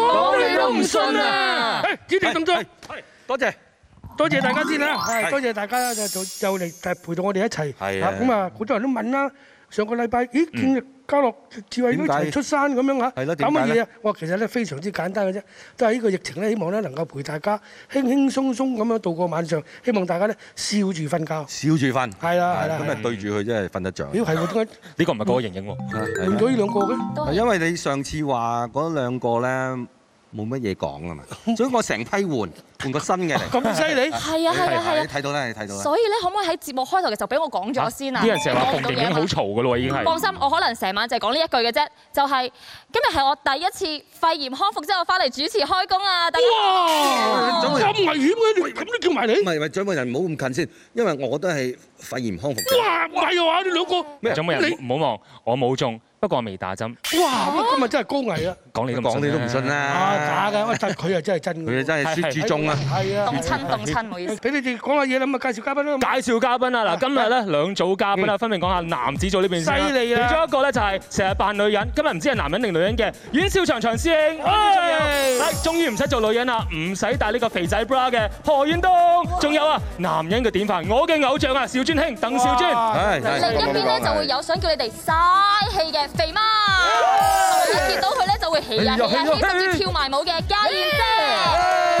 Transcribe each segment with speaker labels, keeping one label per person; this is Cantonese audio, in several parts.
Speaker 1: 我唔信啊！
Speaker 2: 係指定動
Speaker 3: 哎
Speaker 2: 作，
Speaker 3: 多謝。
Speaker 2: 多謝大家先啦，係
Speaker 3: 係
Speaker 2: 多謝大家就就就嚟誒陪到我哋一齊。
Speaker 3: 哎係
Speaker 2: 啊
Speaker 3: 啊嗯
Speaker 2: 咁啊，好多人都問啦，上個禮拜咦見嘉樂智慧都一
Speaker 3: 點
Speaker 2: 齊
Speaker 3: 解
Speaker 2: 出山咁樣嚇，
Speaker 3: 係咯
Speaker 2: 搞
Speaker 3: 點
Speaker 2: 乜
Speaker 3: 解
Speaker 2: 嘢
Speaker 3: 咧
Speaker 2: 啊？我話其實咧非常之簡單嘅啫，都係呢個疫情咧，希望咧能夠陪大家輕輕鬆鬆咁樣度過晚上，希望大家咧笑住瞓覺。
Speaker 3: 笑住瞓，
Speaker 2: 係啦係啦
Speaker 3: 咁
Speaker 2: 係
Speaker 3: 啊
Speaker 2: 啦
Speaker 3: 對住佢真係瞓得着。
Speaker 2: 咦係喎，點解
Speaker 1: 呢個唔係嗰個盈盈喎，
Speaker 3: 係
Speaker 2: 換
Speaker 3: 啦
Speaker 2: 咗呢兩個嘅？
Speaker 3: 係啊因為你上次話嗰兩個咧冇乜嘢講啊 嘛，所以我成批換換個新 嘅嚟。
Speaker 2: 咁犀利！
Speaker 4: 係啊係啊係
Speaker 3: 你
Speaker 4: 啊，
Speaker 3: 睇到啦，你睇到啦。
Speaker 4: 所以咧可唔可以喺節目開頭嘅時候俾我講咗先啊？
Speaker 1: 啲人成日話
Speaker 4: 我講唔到
Speaker 1: 馮盈
Speaker 4: 嘢啊
Speaker 1: 盈好
Speaker 4: 嘛
Speaker 1: 嘈嘅咯喎，已經
Speaker 4: 放
Speaker 1: 係。
Speaker 4: 心，我可能成晚就係講呢一句嘅啫，就係、今日係我第一次肺炎康復之後翻嚟主持開工啊！大家
Speaker 2: 哇！
Speaker 3: 掌門人
Speaker 2: 咁危險嘅，你咁都叫埋你
Speaker 3: 唔？係唔係，掌門人唔好咁近先，因為我都係肺炎康復者。
Speaker 2: 哇！唔係啊嘛，你兩個
Speaker 1: 做乜
Speaker 2: 你
Speaker 1: 人唔好望，我冇中，不過我未打針，
Speaker 2: 哇！喂今日真係高危啊！
Speaker 1: 講你都唔
Speaker 3: 講
Speaker 1: 信
Speaker 3: 你都唔 信
Speaker 1: 啦。
Speaker 2: 啊
Speaker 3: 啦，
Speaker 2: 假嘅，喂但佢啊真係真嘅。
Speaker 3: 佢真係雪住中啊！
Speaker 2: 係啊，
Speaker 4: 凍親凍親，唔好意思。
Speaker 2: 俾你哋講下嘢啦，咁啊介紹嘉賓啦。
Speaker 1: 介紹嘉賓啊！嗱，今日咧兩組嘉賓啦，啊分別講下男子組呢邊先啦
Speaker 2: 犀利啊
Speaker 1: 其中一個咧就係成日扮女人，今日唔知係男人定女人嘅阮兆祥祥師兄，
Speaker 2: 哎
Speaker 1: 係終於唔使做女人啦，唔使戴呢個肥仔 bra 嘅何遠東，仲有啊男人嘅典範，我嘅偶像啊邵尊兄鄧兆尊。
Speaker 2: 哇
Speaker 3: 係
Speaker 4: 另一邊咧就會有想叫你哋嘥氣嘅肥媽，同埋一見到佢咧就會起
Speaker 1: 哎
Speaker 4: 啊起啊起，甚至跳埋舞嘅嘉燕姐。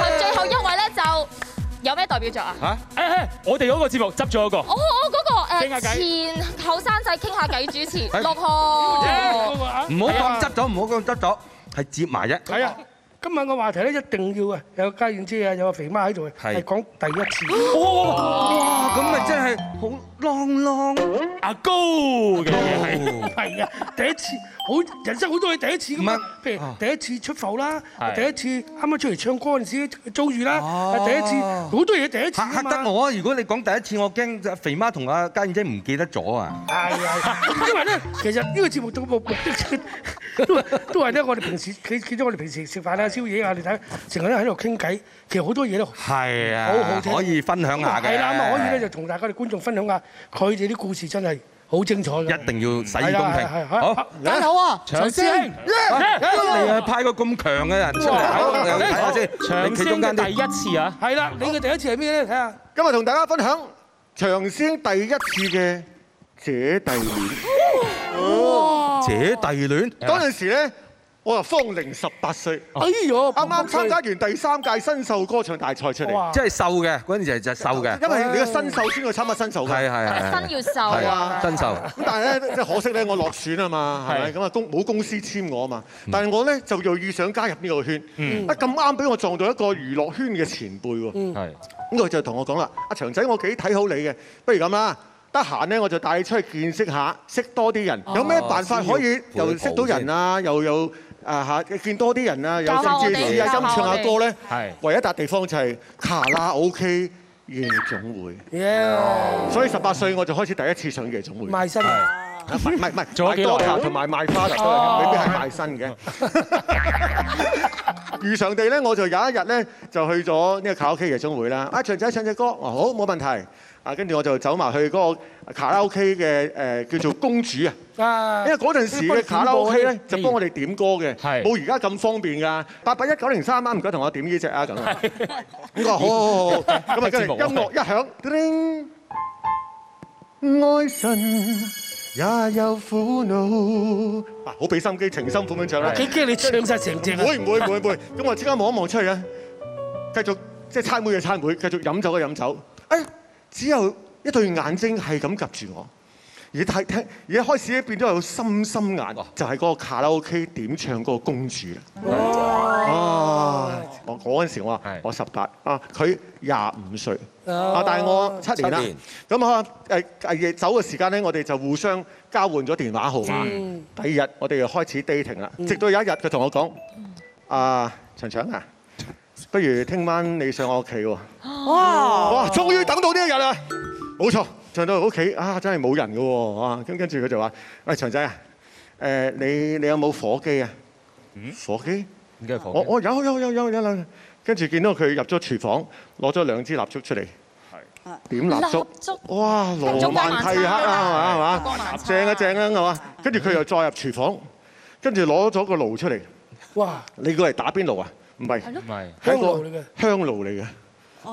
Speaker 4: 同最後一位咧就有咩代表作啊？
Speaker 3: 嚇，
Speaker 1: 誒誒，哎我哋嗰個節目執咗一個。
Speaker 4: 我我嗰
Speaker 1: 傾下
Speaker 4: 個誒
Speaker 1: 偈
Speaker 4: 前後生仔傾下偈主持六號，
Speaker 2: 嗰個啊
Speaker 3: 唔好講執咗，唔好講執咗，係接埋啫。
Speaker 2: 係啊，今日嘅話題咧一定要啊，有嘉燕姐啊，有個肥媽喺度嘅，係
Speaker 3: 係
Speaker 2: 講第一次。
Speaker 3: 哇，咁咪真係好啷啷。
Speaker 1: 阿高嘅嘢係。
Speaker 2: 係啊，第一次好人生好多嘢第一次㗎嘛
Speaker 3: 唔，
Speaker 2: 譬如
Speaker 3: 啊
Speaker 2: 第一次出埠啦，
Speaker 1: 係
Speaker 2: 第一次啱啱出嚟唱歌嗰陣時遭遇啦，
Speaker 3: 哦
Speaker 2: 第一次好多嘢第一次
Speaker 3: 嚇
Speaker 2: 啊
Speaker 3: 嚇
Speaker 2: 嘛。
Speaker 3: 得我啊！如果你講第一次，我驚肥媽同阿家燕姐唔記得咗啊！
Speaker 2: 係係，因為咧，其實呢個節目都目目的都係都係咧，我哋平時見見到我哋平時食飯啊、宵夜啊，你睇成日咧喺度傾偈，其實好多嘢都
Speaker 3: 係啊，
Speaker 2: 好好聽
Speaker 3: 可以分享下嘅。
Speaker 2: 係啦，咁啊可以咧就同大家嘅觀眾分享下佢哋啲故事，真係好精彩嘅。
Speaker 3: 一定要洗耳
Speaker 2: 係
Speaker 3: 恭
Speaker 2: 啦
Speaker 3: 聽。
Speaker 2: 係係
Speaker 3: 好，
Speaker 5: 大佬啊，
Speaker 1: 長師兄，
Speaker 3: 你啊派個咁強嘅人出嚟，好睇下先。
Speaker 1: 長
Speaker 3: 你
Speaker 1: 師
Speaker 3: 企
Speaker 1: 兄
Speaker 3: 中間
Speaker 1: 嘅第
Speaker 3: 啲，
Speaker 1: 一次啊，
Speaker 2: 係啦，你嘅第一次係咩咧？睇下
Speaker 6: 今日同大家分享長師兄第一次嘅姐弟戀。
Speaker 3: 姐弟戀，
Speaker 6: 嗰陣時咧，我啊芳齡十八歲，
Speaker 2: 哎呦，
Speaker 6: 啱啱參加完第三屆新秀歌唱大賽出嚟。
Speaker 2: 哇
Speaker 3: 即！係瘦嘅嗰陣時係隻瘦嘅，
Speaker 6: 因為你個新秀先去參加新秀
Speaker 3: 係
Speaker 6: 㗎。
Speaker 3: 係係
Speaker 4: 新
Speaker 3: 係
Speaker 4: 要瘦啊！
Speaker 3: 真瘦。
Speaker 6: 咁但係咧，即係可惜咧，我落選啊嘛，係咪？
Speaker 1: 係
Speaker 6: 咁啊公冇公司簽我啊嘛。但係我咧就又遇想加入呢個圈，啊咁啱俾我撞到一個娛樂圈嘅前輩喎。
Speaker 1: 係
Speaker 6: 咁佢就同我講啦：阿長仔，我幾睇好你嘅，不如咁啦，得閒咧我就帶你出去見識下，識多啲
Speaker 4: 哦
Speaker 6: 人。有咩辦法可以
Speaker 3: 哦先要
Speaker 6: 又識到人啊？又有啊嚇見多啲人啊？又
Speaker 4: 教下
Speaker 6: 甚至
Speaker 4: 我哋
Speaker 6: 試下
Speaker 4: 教
Speaker 6: 音
Speaker 4: 下
Speaker 6: 唱
Speaker 4: 我
Speaker 6: 下
Speaker 4: 哋
Speaker 6: 歌咧
Speaker 1: 係。
Speaker 6: 唯一笪地方就係卡拉 OK 夜總會，
Speaker 2: 예,耶，
Speaker 6: 所以十八歲我就開始第一次上夜總會。
Speaker 2: 賣身啊！
Speaker 6: 唔係唔係唔係，
Speaker 1: 做咗幾
Speaker 6: 賣
Speaker 1: 耐啊
Speaker 6: 多頭同埋賣花頭
Speaker 2: 哦
Speaker 6: 都係，未必係賣身嘅。遇上地咧，我就有一日咧就去咗呢個卡拉 OK 夜總會啦。啊，長仔唱只歌，我話好冇問題。啊，跟住我就走埋去嗰個卡拉 OK 嘅誒叫做公主啊，
Speaker 2: 啊，
Speaker 6: 因為嗰陣時嘅卡拉 OK 咧就幫我哋點歌嘅，
Speaker 1: 係
Speaker 6: 冇而家咁方便㗎。八八一九零三啊，唔該同我點呢只啊咁啊。咁我話好好好好，咁啊跟住音樂一響，叮。愛神也有苦惱。啊，好俾心機，情深款款唱啦。
Speaker 2: 幾驚你唱晒成隻啊！
Speaker 6: 會唔會唔會唔會？咁我即刻望一望出去啊，繼續即係猜妹嘅猜妹，繼續飲酒嘅飲酒。哎，只有一對眼睛係咁夾住我。而睇聽，而家開始咧變咗有心心眼，就係嗰個卡拉 OK 點唱嗰個公主啦。啊！我我嗰陣時我話
Speaker 1: 係
Speaker 6: 我十八啊，佢廿五歲
Speaker 2: 哦
Speaker 6: 啊，但係我七年啦
Speaker 3: 七年。
Speaker 6: 咁啊誒誒夜走嘅時間咧，我哋就互相交換咗電話號碼。
Speaker 3: 嗯
Speaker 6: 第二日我哋就開始 dating 啦，直到有一日佢同我講：啊，長長啊，不如聽晚你上我屋企喎。
Speaker 5: 哇！
Speaker 6: 哇！終於等到呢一日啦，冇錯，上到屋企啊，真係冇人嘅喎啊！咁跟住佢就話：喂，長仔啊，誒你你有冇火機啊？火機？
Speaker 1: 點解係火
Speaker 6: 我我有有有有有啦。跟住見到佢入咗廚房，攞咗兩支蠟燭出嚟，點啊蠟燭
Speaker 4: 蠟燭？
Speaker 6: 哇！羅曼蒂克啊，係嘛係嘛？正啊正啊，係嘛？跟住佢又再入廚房，跟住攞咗個爐出嚟，
Speaker 2: 哇！
Speaker 6: 你估係打邊爐啊？唔係
Speaker 4: 係咯，
Speaker 1: 唔係。
Speaker 6: 係一
Speaker 2: 香爐嚟嘅
Speaker 6: 個香爐嚟嘅。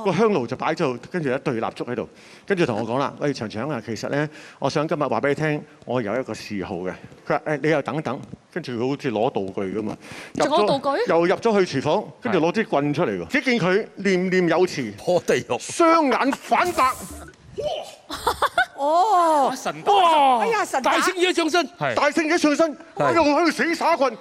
Speaker 6: 個香爐就擺喺度，跟住有一對蠟燭喺度，跟住同我講啦：，喂，長長啊，其實咧，我想今日話俾你聽，我有一個嗜好嘅。佢話：誒，你又等等。跟住佢好似攞道具咁啊，入
Speaker 4: 仲有
Speaker 6: 咗
Speaker 4: 道具
Speaker 6: 又入咗去廚房，跟住攞支棍出嚟喎。只見佢念念有詞，
Speaker 5: 破地獄。
Speaker 6: 雙眼反白，
Speaker 1: 哇！啊神哇！
Speaker 2: 哇！
Speaker 7: 哎呀神打
Speaker 2: 大聲啲掌聲！
Speaker 1: 係
Speaker 6: 大聖者上身，
Speaker 5: 係
Speaker 6: 又喺度死耍棍。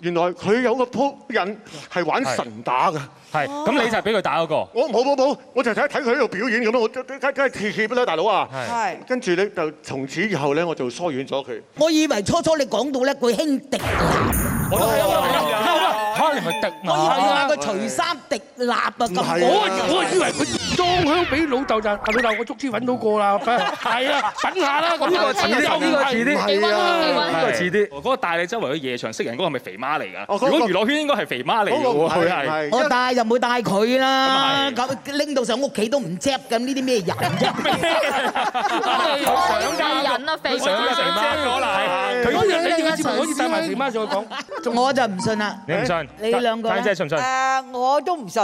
Speaker 6: 原來佢有個仆人係玩神打㗎。
Speaker 1: 係，咁你就係俾佢打嗰個。
Speaker 6: 我冇冇冇，我就睇睇佢喺度表演咁咯，我梗梗梗係貼貼啦，大佬啊！
Speaker 1: 係。
Speaker 7: 係
Speaker 6: 跟住咧就從此以後咧，我就疏遠咗佢。
Speaker 8: 我以為初初你講到咧，佢啊輕敵立，
Speaker 1: 我都係啊！可能佢敵
Speaker 8: 我以為話
Speaker 1: 我。
Speaker 8: 佢除衫敵立啊咁
Speaker 6: 唔係啊
Speaker 2: 我我以為佢裝香俾老豆就係老豆，我足之揾到個啦，係啊，等下啦咁。
Speaker 4: 呢個似啲
Speaker 2: 又
Speaker 4: 呢個
Speaker 1: 似
Speaker 6: 啊
Speaker 4: 啲幾溫馨幾溫
Speaker 1: 呢
Speaker 4: 馨
Speaker 1: 個似啲。嗰個帶你周圍去夜場識人嗰個係咪肥媽嚟㗎？
Speaker 6: 哦
Speaker 1: 如
Speaker 6: 嗰個
Speaker 1: 果娛樂圈應該係肥媽嚟㗎喎，佢
Speaker 6: 啊
Speaker 1: 係。
Speaker 8: 我帶就唔會帶佢啦，
Speaker 1: 咁
Speaker 8: 咁拎到上屋企都唔執咁，呢啲咩人啫？
Speaker 4: 哇你唔人啊，肥
Speaker 1: 佢上咗肥
Speaker 4: 媽。
Speaker 1: 媽咗啦，
Speaker 2: 嗰
Speaker 1: 佢
Speaker 2: 樣你哋嘅節目可以帶埋肥媽上去講，仲
Speaker 8: 我就唔信啦。
Speaker 1: 你唔信？
Speaker 8: 你兩個啦
Speaker 1: 家姐信唔信？
Speaker 7: 誒，呃我都唔信。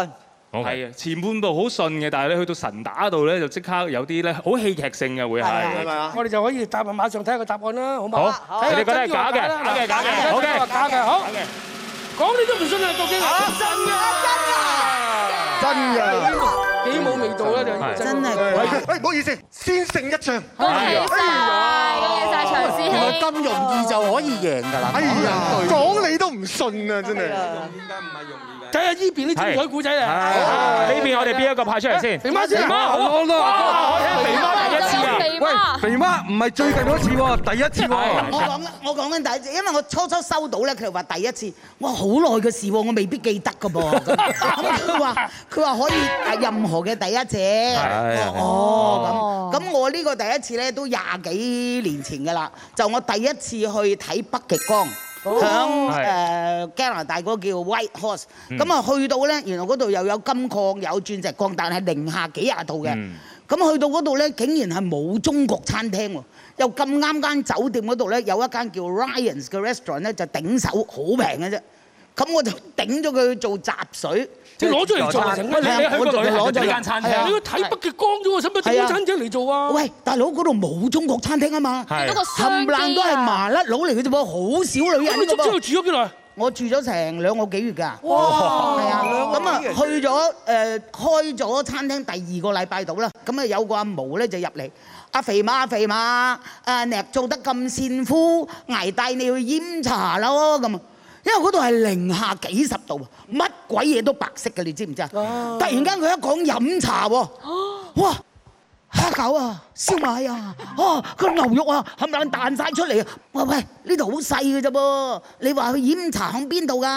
Speaker 1: 係啊，前半部好信嘅，但係咧去到神打度咧就即刻有啲咧好戲劇性嘅會
Speaker 7: 係
Speaker 6: 係
Speaker 1: 係。
Speaker 6: 咪啊？
Speaker 2: 我哋就可以答埋馬上睇下個答案啦，好嘛？
Speaker 1: 好，
Speaker 2: 睇
Speaker 1: 你
Speaker 2: 下
Speaker 1: 哋覺得係
Speaker 2: 真
Speaker 1: 假
Speaker 2: 話
Speaker 1: 嘅，
Speaker 2: 啦
Speaker 1: 假嘅，假嘅
Speaker 2: 真
Speaker 1: ，OK。
Speaker 2: 話假嘅，好。講你都唔信啊，究竟係真
Speaker 6: 真㗎。
Speaker 2: 嘅，幾冇味道啦，就
Speaker 8: 真係
Speaker 6: 喂哎喂，唔好意思，先勝一仗。
Speaker 4: 恭喜晒，恭喜晒長師
Speaker 5: 原
Speaker 4: 兄。
Speaker 5: 來咁容易就可以贏㗎啦！
Speaker 6: 哎呀，講你都唔信啊，真係。
Speaker 2: 睇下依邊啲精彩古仔啊！
Speaker 1: 呢邊我哋邊一個派出嚟先？
Speaker 2: 肥媽先，肥媽好
Speaker 1: 哇！我聽肥媽第一次啊！
Speaker 4: 肥媽，
Speaker 3: 肥媽唔係最近嗰次喎，第一次
Speaker 1: 係
Speaker 3: 喎。
Speaker 8: 我講我講緊第一次，因為我初初收到咧，佢話第一次，哇好耐嘅事喎，我未必記得㗎噃。咁佢話佢話可以誒任何嘅第一次，哦咁咁我呢個第一次咧都廿幾年前㗎啦，就我第一次去睇北極光。響誒加拿大嗰個叫 White Horse，咁啊去到咧，原來嗰度又有金礦有鑽石礦，但係零下幾廿度嘅。咁去到嗰度咧，竟然係冇中國餐廳喎，又咁啱間酒店嗰度咧有一間叫 Ryan's 嘅 restaurant 咧就頂手，好平嘅啫。咁我就頂咗佢做雜水，
Speaker 2: 即係攞咗嚟做啊！
Speaker 1: 喂，你你去過旅行就睇間餐
Speaker 2: 你
Speaker 1: 廳
Speaker 2: 要，睇北極光啫喎，使乜整餐廳嚟做啊？
Speaker 8: 喂，大佬嗰度冇中國餐廳啊嘛，
Speaker 4: 見到個
Speaker 8: 冚
Speaker 4: 商
Speaker 8: 唪唥都係
Speaker 4: 機啊！
Speaker 8: 麻甩佬嚟嘅啫噃，好少女人
Speaker 2: 咁你
Speaker 8: 嘅
Speaker 2: 足之度
Speaker 8: 噃。
Speaker 2: 住咗幾耐？
Speaker 8: 我住咗成兩個幾月㗎，係啊，咁啊去咗誒開咗餐廳第二個禮拜到啦，咁啊有個阿毛咧就入嚟，阿肥媽阿肥媽，誒你做得咁善夫，捱帶你去飲茶咯咁啊，因為嗰度係零下幾十度，乜鬼嘢都白色嘅，你知唔知啊？突然間佢一講飲茶喎，哇！蝦餃啊，燒賣啊，哦，個牛肉啊，冚唪唥彈晒出嚟啊！喂喂，呢度好細嘅啫噃，你話去飲茶響邊度㗎？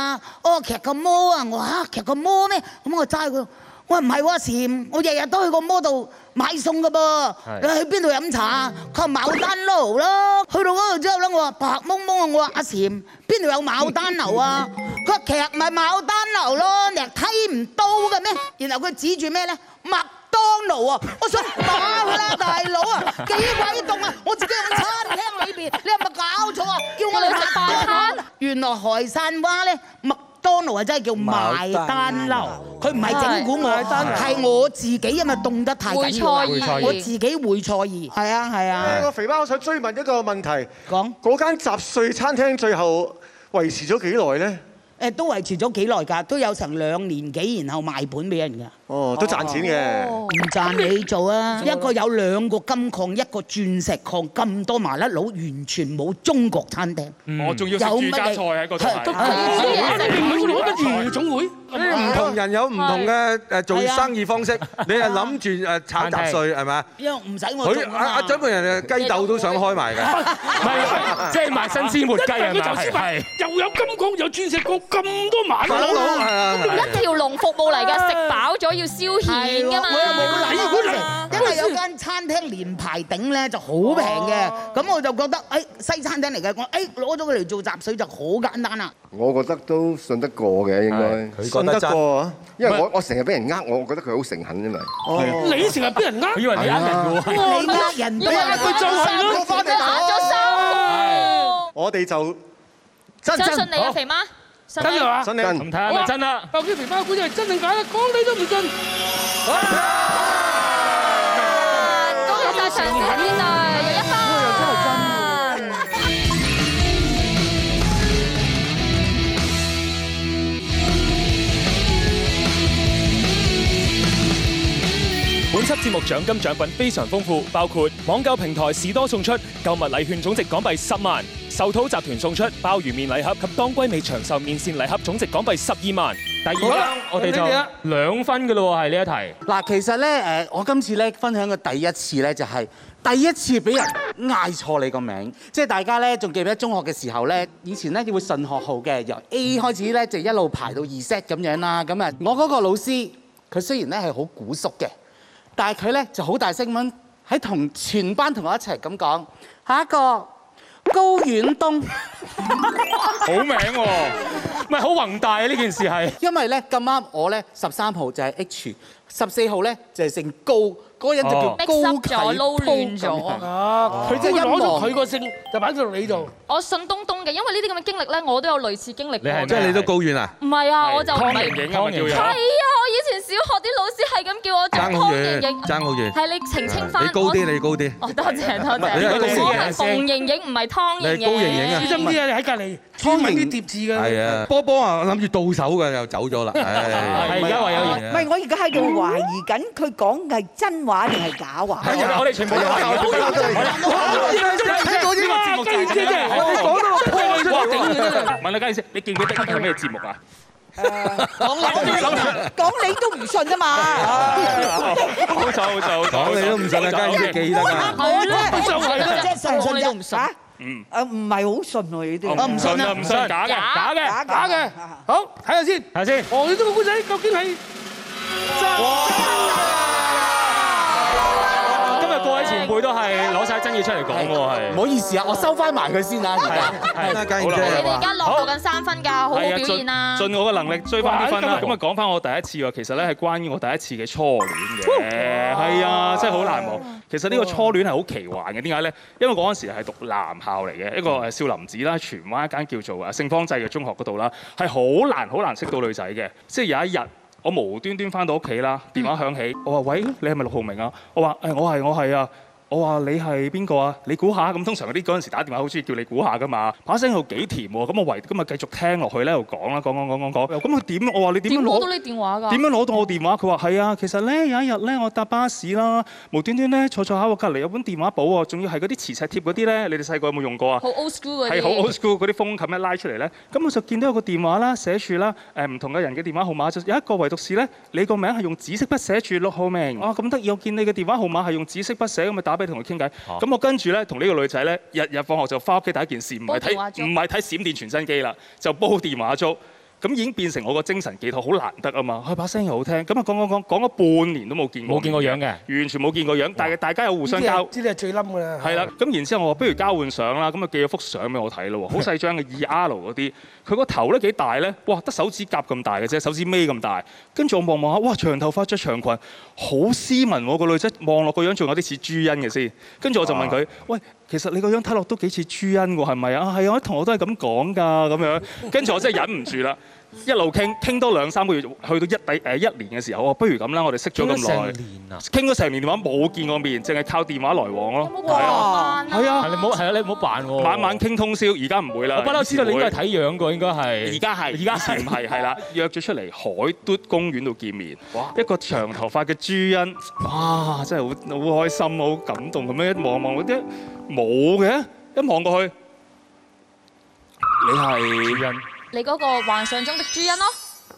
Speaker 8: 哦，劇個魔啊！我話嚇劇個魔咩？咁我齋佢，我話唔係喎，禪，我日日都去個魔度買餸嘅噃。你去邊度飲茶啊？佢話牡丹樓咯。去到嗰度之後咧，我話白蒙蒙啊！我話阿禪，邊度有牡丹樓啊？佢話劇咪牡丹樓咯，你係睇唔到嘅咩？然後佢指住咩咧？麥當勞啊！我想打佢啦，大佬啊，幾鬼凍啊！我自己喺餐廳裏邊，你係咪搞錯啊？叫我哋食大餐？啊原來海山蛙咧，麥當勞係啊真係叫賣單樓，佢唔係整蠱我，係我自己因為凍得太緊要啊
Speaker 4: 會錯意
Speaker 8: 我自己會錯意。係啊係啊，
Speaker 6: 個肥媽，我想追問一個問題。
Speaker 8: 講
Speaker 6: 嗰間雜碎餐廳最後維持咗幾耐咧？
Speaker 8: 誒都維持咗幾耐㗎，都有成兩年幾，然後賣盤俾人㗎。
Speaker 6: 哦，都賺錢嘅。
Speaker 8: 唔賺你做 啊！一個有兩個金礦，一個鑽石礦，咁多麻甩佬，完全冇中國餐廳。
Speaker 1: 我仲要食住家菜喺嗰度
Speaker 8: 有
Speaker 1: 係。
Speaker 8: 乜
Speaker 2: 你
Speaker 8: 嘢
Speaker 2: 唔會攞乜夜總會？ 네. Ờ.
Speaker 3: 唔同人有唔同嘅誒做生意方式，你係諗住誒炒雜碎係咪？
Speaker 8: 因為唔使我做
Speaker 3: 佢阿阿曾
Speaker 8: 啊嘛
Speaker 3: 本人誒雞竇都想開埋嘅，
Speaker 1: 唔係，即係賣新鮮活雞係
Speaker 2: 佢
Speaker 1: 咪？
Speaker 2: 頭先話
Speaker 1: 係
Speaker 2: 又有金礦有鑽石礦咁多麻 甩
Speaker 3: 大佬
Speaker 2: 佬，
Speaker 3: 係啊係啊
Speaker 4: 一條龍服務嚟嘅，食飽咗要消遣㗎嘛。
Speaker 8: 我又冇禮
Speaker 2: 哎佢
Speaker 4: 啊
Speaker 8: 貌
Speaker 2: 嚟
Speaker 8: 食，因為有間餐廳連排頂咧就好平嘅，咁我就覺得誒西餐廳嚟嘅，我誒攞咗佢嚟做雜水就好簡單啦。
Speaker 9: 我覺得都信得過嘅應該，
Speaker 5: 佢
Speaker 6: 信
Speaker 5: 覺得
Speaker 6: 得
Speaker 5: 真。
Speaker 6: 過啊？
Speaker 9: 因為我我成日俾人呃我，我覺得佢好誠懇，因為
Speaker 2: 你成日俾人
Speaker 1: 佢
Speaker 2: 呃，
Speaker 1: 以為你呃人㗎喎。
Speaker 8: 你呃人都係
Speaker 4: 佢就係
Speaker 6: 攞返嚟
Speaker 4: 咗
Speaker 6: 打
Speaker 4: 三個。
Speaker 6: 我哋就真
Speaker 4: 相信你啊，肥媽。信
Speaker 2: 真
Speaker 4: 你
Speaker 2: 係嘛？
Speaker 6: 真
Speaker 9: 真
Speaker 6: 係
Speaker 1: 咁睇下咪真啦。
Speaker 2: 究竟肥媽姑娘係真定假咧？講你都唔信。
Speaker 4: 啊恭喜晒長小天啊，有一分。
Speaker 1: 本輯節目獎金獎品非常豐富，包括網購平台士多送出購物禮券總值港幣十萬，壽桃集團送出鮑魚麵禮盒及當歸味長壽麵線禮盒總值港幣十二萬。第二
Speaker 2: 好
Speaker 1: 啦
Speaker 2: 啦，
Speaker 1: 我哋
Speaker 2: 咁呢啲啦
Speaker 1: 就兩分嘅咯喎，係呢一題。
Speaker 5: 嗱，其實咧誒，我今次咧分享嘅第一次咧就係、第一次俾人嗌錯你個名，即係大家咧仲記唔記得中學嘅時候咧，以前咧會順學號嘅，由 A 開始咧就一路排到二 set 咁樣啦。咁啊，我嗰個老師佢雖然咧係好古縮嘅，但係佢咧就好大聲咁喺同全班同學一齊咁講，下一個高遠東。
Speaker 1: 好名喎，唔係好宏大啊！呢件事係
Speaker 5: 因為咧咁啱我咧十三號就係 H，十四號咧就係姓高，嗰個人就叫
Speaker 1: 哦
Speaker 5: 高
Speaker 4: 逼濕咗
Speaker 5: 啟
Speaker 4: 撈亂咗
Speaker 2: 아,
Speaker 5: 高咁樣
Speaker 2: 啊！
Speaker 5: 佢真係
Speaker 2: 會攞咗
Speaker 5: 陰
Speaker 2: 佢個姓，就擺咗你度。
Speaker 4: 我信東東嘅，因為呢啲咁嘅經歷咧，我都有類似經歷
Speaker 1: 你係
Speaker 3: 即
Speaker 4: 過。
Speaker 3: 係你都告完啊？
Speaker 4: 唔係啊，我就
Speaker 1: 湯
Speaker 4: 係
Speaker 1: 盈盈啊，咪叫
Speaker 4: 係
Speaker 1: 做
Speaker 4: 啊！我以前小學啲老師係咁叫我做
Speaker 3: 爭好
Speaker 4: 湯盈
Speaker 3: 遠
Speaker 4: 盈，，
Speaker 3: 爭好遠。
Speaker 4: 係你澄清翻。
Speaker 3: 你高啲，你高啲。
Speaker 4: 哦，多謝多謝。
Speaker 3: 你係高盈盈
Speaker 4: 我係馮盈盈，唔係湯盈
Speaker 3: 你係高盈盈啊
Speaker 4: 네.
Speaker 2: 小心啲啊！你喺隔離專揾啲疊字㗎。
Speaker 3: 係啊，波波啊，諗住到手嘅又走咗啦。
Speaker 1: 係
Speaker 3: 係
Speaker 1: 而家話有
Speaker 3: 嘢。
Speaker 1: 嘢
Speaker 7: 唔係，我而家喺度懷疑緊佢講嘅係真話定係假話。
Speaker 1: 我哋我哋全部都係我哋呢個節目就係咁樣
Speaker 2: 我講到我破咗
Speaker 1: 哇
Speaker 2: 個
Speaker 1: 頂
Speaker 2: 頂㗎
Speaker 1: 你真
Speaker 2: 真係。
Speaker 1: 係問你家先，你記唔記得係咩節目啊？
Speaker 7: 講你都唔信啊嘛。
Speaker 1: 好就好就
Speaker 3: 講你都唔信啦，家姐記得㗎。
Speaker 4: 係咯，
Speaker 7: 就係啦，即係信唔信
Speaker 4: 我哋都唔信
Speaker 7: 啫？嚇，誒唔係好信喎，呢啲。
Speaker 1: 我唔信啊，唔信假嘅，假嘅，
Speaker 2: 打嘅。好，睇下先。
Speaker 1: 係先。
Speaker 2: 我哋呢個故仔究竟係
Speaker 1: 今日各位前輩都係攞晒爭議出嚟講喎，
Speaker 5: 唔
Speaker 1: 係。
Speaker 5: 好意思啊，我收翻埋佢先啊，而家。
Speaker 1: 係
Speaker 3: 啦
Speaker 1: 係
Speaker 3: 家燕姐
Speaker 1: 好啦
Speaker 4: 你哋而家落到緊三分㗎，好好表現啊！
Speaker 1: 盡我嘅能力追翻啲分啦
Speaker 2: 哇。
Speaker 1: 咁啊，講翻我第一次喎，其實咧係關於我第一次嘅初戀嘅，係啊，真係好難忘。其實呢個初戀係好奇幻嘅，點解咧？因為嗰陣時係讀男校嚟嘅，一個誒少林寺啦，荃灣一間叫做誒啊聖芳濟嘅中學嗰度啦，係好難好難識到女仔嘅。即係有一日。我無端端翻到屋企啦，電話響起，我話：喂，你係咪陸浩明啊？我話：誒，我係我係啊！我話你係邊個啊？你估下咁，通常嗰啲嗰陣時打電話好中意叫你估下噶嘛，把聲又幾甜喎。咁我唯咁啊繼續聽落去咧，又講啦，講講講講講。咁佢點？我話你點樣
Speaker 4: 點攞到
Speaker 1: 攞？
Speaker 4: 你電啊話㗎？
Speaker 1: 點樣攞到我電話？佢話係啊，其實咧有一日咧，我搭巴士啦，無端端咧坐坐下，我隔離有本電話簿喎，仲要係嗰啲磁石貼嗰啲咧，你哋細個有冇用過啊？
Speaker 4: 好 old school 嗰啲。
Speaker 1: 係好 old school 嗰啲風琴一拉出嚟咧，咁我就見到有個電話啦，寫住啦，誒唔同嘅人嘅電話號碼，就有一個唯獨是咧，你個名係用紫色筆寫住陸浩明，啊咁得意，我見你嘅電話號碼係用紫色筆寫，咁咪打俾同佢傾偈，
Speaker 4: 哦
Speaker 1: 咁我跟住咧同呢個女仔咧，日日放學就翻屋企第一件事，唔係
Speaker 4: 煲電話粥
Speaker 1: 睇唔係睇閃電傳真機啦，就煲電話粥。咁已經變成我個精神寄託，好難得啊嘛！佢把聲又好聽，咁啊講講講講咗半年都冇見過，
Speaker 10: 冇見過樣嘅，
Speaker 1: 完全冇見過樣，但係大家有互相交
Speaker 2: 知你係最冧㗎啦。
Speaker 1: 係啦，咁然之後我話不如交換相啦，咁啊寄咗幅相俾我睇咯喎，好細張嘅 2R 嗰啲，佢個頭咧幾大咧，哇得手指甲咁大嘅啫，手指尾咁大，跟住我望望下，哇長頭髮着長裙，好斯文喎個女仔，望落個樣仲有啲似朱茵嘅先，跟住我就問佢，喂其實你個樣睇落都幾似朱茵喎，係咪啊？係啊，我啲同學都係咁講㗎咁樣，跟住我真係忍唔住啦。一路傾傾多兩三個月，去到一底誒一年嘅時候，我話不如咁啦，我哋識咗咁耐，傾咗成年電話冇見過面，淨係靠電話來往
Speaker 4: 有
Speaker 1: 咯。
Speaker 4: 冇
Speaker 1: 係啊
Speaker 4: 哇！
Speaker 1: 係啊
Speaker 10: 係你唔好係啊，你唔好扮喎。
Speaker 1: 晚晚傾通宵，而家唔會啦。
Speaker 10: 我不嬲知道你應該係睇樣嘅，應該
Speaker 1: 而
Speaker 10: 係。
Speaker 1: 家係，而家係唔係係啦？約咗出嚟海嘟公園度見面，一個長頭髮嘅朱茵，哇！真係好好開心，好感動咁樣一望望嗰啲冇嘅，一望過去，你係
Speaker 4: 你嗰個幻想中的朱茵咯，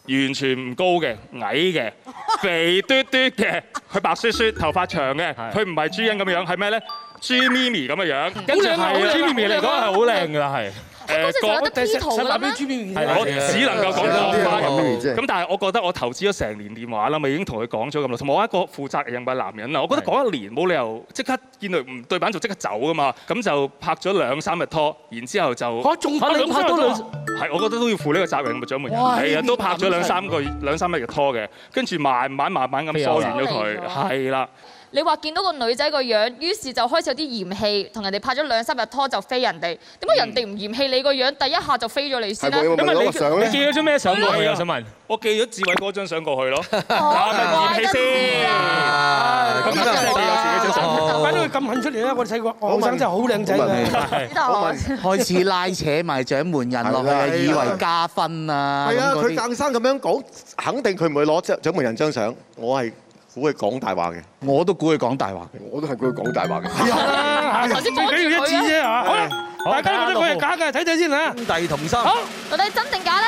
Speaker 1: 完全唔高嘅，矮 嘅，肥嘟嘟嘅，佢白雪雪，頭髮長嘅，佢唔係朱茵咁樣，係咩咧？朱咪咪咁嘅樣，跟住
Speaker 2: 好靚啊
Speaker 1: 係啦
Speaker 2: 好靚
Speaker 10: 咪
Speaker 2: 啊
Speaker 10: 咪嚟講係好靚㗎啦，係。
Speaker 4: 嗰陣時有得 P 圖㗎啦咩
Speaker 2: 俾？朱邊
Speaker 10: 係啦
Speaker 1: 我只能夠講浪花入面
Speaker 9: 即係
Speaker 1: 咁但係我覺得我投資咗成年電話啦，咪已經同佢講咗咁耐，同埋我一個負責任嘅男人啦，我覺得講一年冇理由即刻見到唔對版就即刻走噶嘛，咁就拍咗兩三日拖，然之後就
Speaker 2: 我仲拍
Speaker 10: 嚇你拍多兩
Speaker 1: 係我覺得都要負呢個責任嘅獎門人，係
Speaker 2: 哇
Speaker 1: 啊
Speaker 2: 呢啲
Speaker 1: 都拍咗兩三個兩三日嘅拖嘅，跟住慢慢慢慢咁
Speaker 10: 飛
Speaker 1: 疏
Speaker 10: 友
Speaker 1: 遠咗
Speaker 4: 疏離
Speaker 1: 佢，
Speaker 4: 咗
Speaker 1: 係啦。
Speaker 4: 你話見到個女仔個樣，於是就開始有啲嫌棄，同人哋拍咗兩三日拖就飛人哋。點解人哋唔嫌棄你個樣，第一下就飛咗啊你先咧？
Speaker 10: 因為你
Speaker 9: 咧
Speaker 10: 你寄咗張咩相過去
Speaker 1: à.
Speaker 10: 啊？想問，
Speaker 1: 我寄咗志偉嗰張相過去咯，
Speaker 9: 啊
Speaker 4: 嗱
Speaker 1: 咪嫌棄先。咁就真係寄咗自己張相。
Speaker 2: 擺到佢咁狠出嚟咧，我哋睇過，我後生真係好靚仔嘅。
Speaker 5: 開始拉扯埋掌門人落去啊，以為加分啊，
Speaker 6: 係啊，
Speaker 5: 咁嗰
Speaker 6: 佢
Speaker 5: 啲
Speaker 6: 硬生咁樣講，肯定佢唔會攞獎獎門人張相。我係估佢講大話嘅，
Speaker 5: 我都估佢講大話嘅，
Speaker 9: 我都係估佢講大話嘅。
Speaker 4: 頭先
Speaker 2: 最緊要一致啫嚇。好啦，大家覺得佢係假嘅，睇睇先嚇。
Speaker 3: 兄弟同心。
Speaker 2: 好，
Speaker 4: 到底真定假咧？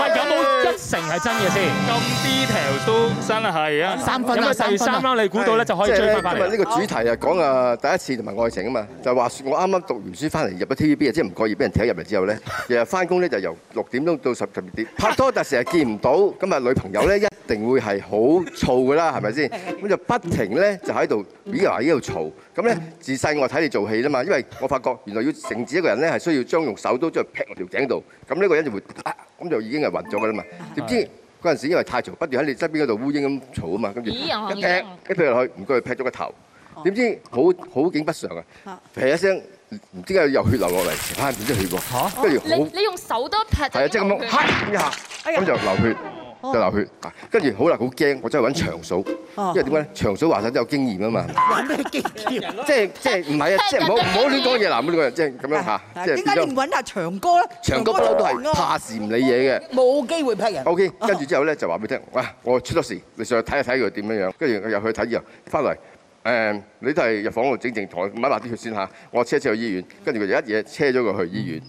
Speaker 10: 喂，有冇一成係真嘅先？
Speaker 1: 咁 detail 都真係啊！
Speaker 5: 三分
Speaker 10: 有
Speaker 5: 啊，
Speaker 10: 冇
Speaker 5: 三
Speaker 10: 第
Speaker 5: 分
Speaker 10: 三
Speaker 5: 啊，
Speaker 10: round 你估到咧就可以
Speaker 9: 即係
Speaker 10: 追
Speaker 9: 咧，
Speaker 10: 翻翻
Speaker 9: 今日
Speaker 10: 嚟？
Speaker 9: 呢個主題啊，講啊第一次同埋愛情啊嘛，就話説我啱啱讀完書翻嚟入咗 TVB 啊，即係唔覺意俾人踢入嚟之後咧，日 日翻工咧就由六點鐘到十十 二點，拍拖但成日見唔到，咁啊女朋友咧一定會係好燥噶啦，係咪先？咁就不停咧就喺度咦呀喺度嘈，咁咧自細我睇你做戲啦嘛，因為我發覺原來要整治一個人咧係需要將用手刀將佢劈落條頸度，咁呢個人就會啊咁就已經係暈咗噶啦嘛，點知？嗰陣時因為太嘈，不斷喺你側邊嗰度烏蠅咁嘈啊嘛，跟住
Speaker 4: 咦又
Speaker 9: 一
Speaker 4: 又
Speaker 9: 劈一劈落去，唔該佢劈咗個頭，
Speaker 7: 哦
Speaker 9: 點知好好景不常啊！劈一聲，唔知點解有血流落嚟，啊唔知血喎，跟住
Speaker 4: 你
Speaker 9: 好
Speaker 7: 哦
Speaker 4: 你用手多劈就
Speaker 9: 係啊，即係咁樣，
Speaker 4: 已經
Speaker 9: 嚇一下，
Speaker 7: 哎
Speaker 9: 咁就流血。
Speaker 7: 哦
Speaker 9: 就流血，啊跟住好啦，好驚，我真係揾長嫂，因為點解咧？長嫂話晒都有經驗啊嘛，
Speaker 7: 有咩經驗？
Speaker 9: 即係即係唔 係啊？即係唔好唔好亂講嘢嗱，唔好亂講嘢，即係咁樣嚇，即係
Speaker 7: 點
Speaker 9: 變
Speaker 7: 解你唔
Speaker 9: 咗
Speaker 7: 揾阿長哥咧？
Speaker 9: 長哥不嬲都係
Speaker 7: 長哥
Speaker 9: 怕事唔理嘢嘅。
Speaker 7: 冇機會劈人。
Speaker 9: O K，跟住之後咧就話俾你聽，哇！我出咗事，你上去睇下睇佢點樣樣。跟住佢入去睇之後，翻嚟誒，你都係入房度整整台，抹抹啲血先嚇。我車車去醫院，跟住佢就一嘢車咗佢去醫院，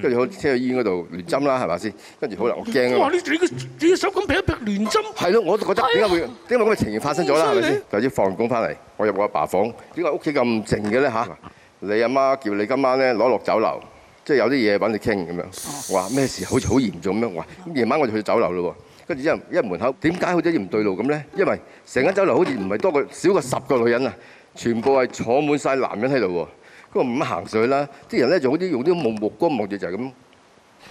Speaker 9: 跟住好車去醫院嗰度亂針啦，係咪先？跟住好啦，我驚
Speaker 2: 哇！
Speaker 9: 啊嘛
Speaker 2: 你！你個你隻手咁劈一劈亂針，
Speaker 9: 係咯，我都覺得點解會點解咁嘅情形發生咗啦？係咪先？就先放工翻嚟，我入我阿爸房，點解屋企咁靜嘅咧嚇？你阿媽叫你今晚咧攞落酒樓，即係有啲嘢揾你傾咁樣。我話咩事？好似好嚴重咁樣。我話咁夜晚我就去酒樓咯喎。跟住之後一入門口，點解好似唔對路咁咧？因為成間酒樓好似唔係多過少過十個女人啊，全部係坐滿晒男人喺度喎。佢話唔行上去啦，啲人咧就好似用啲目目光望住就係咁。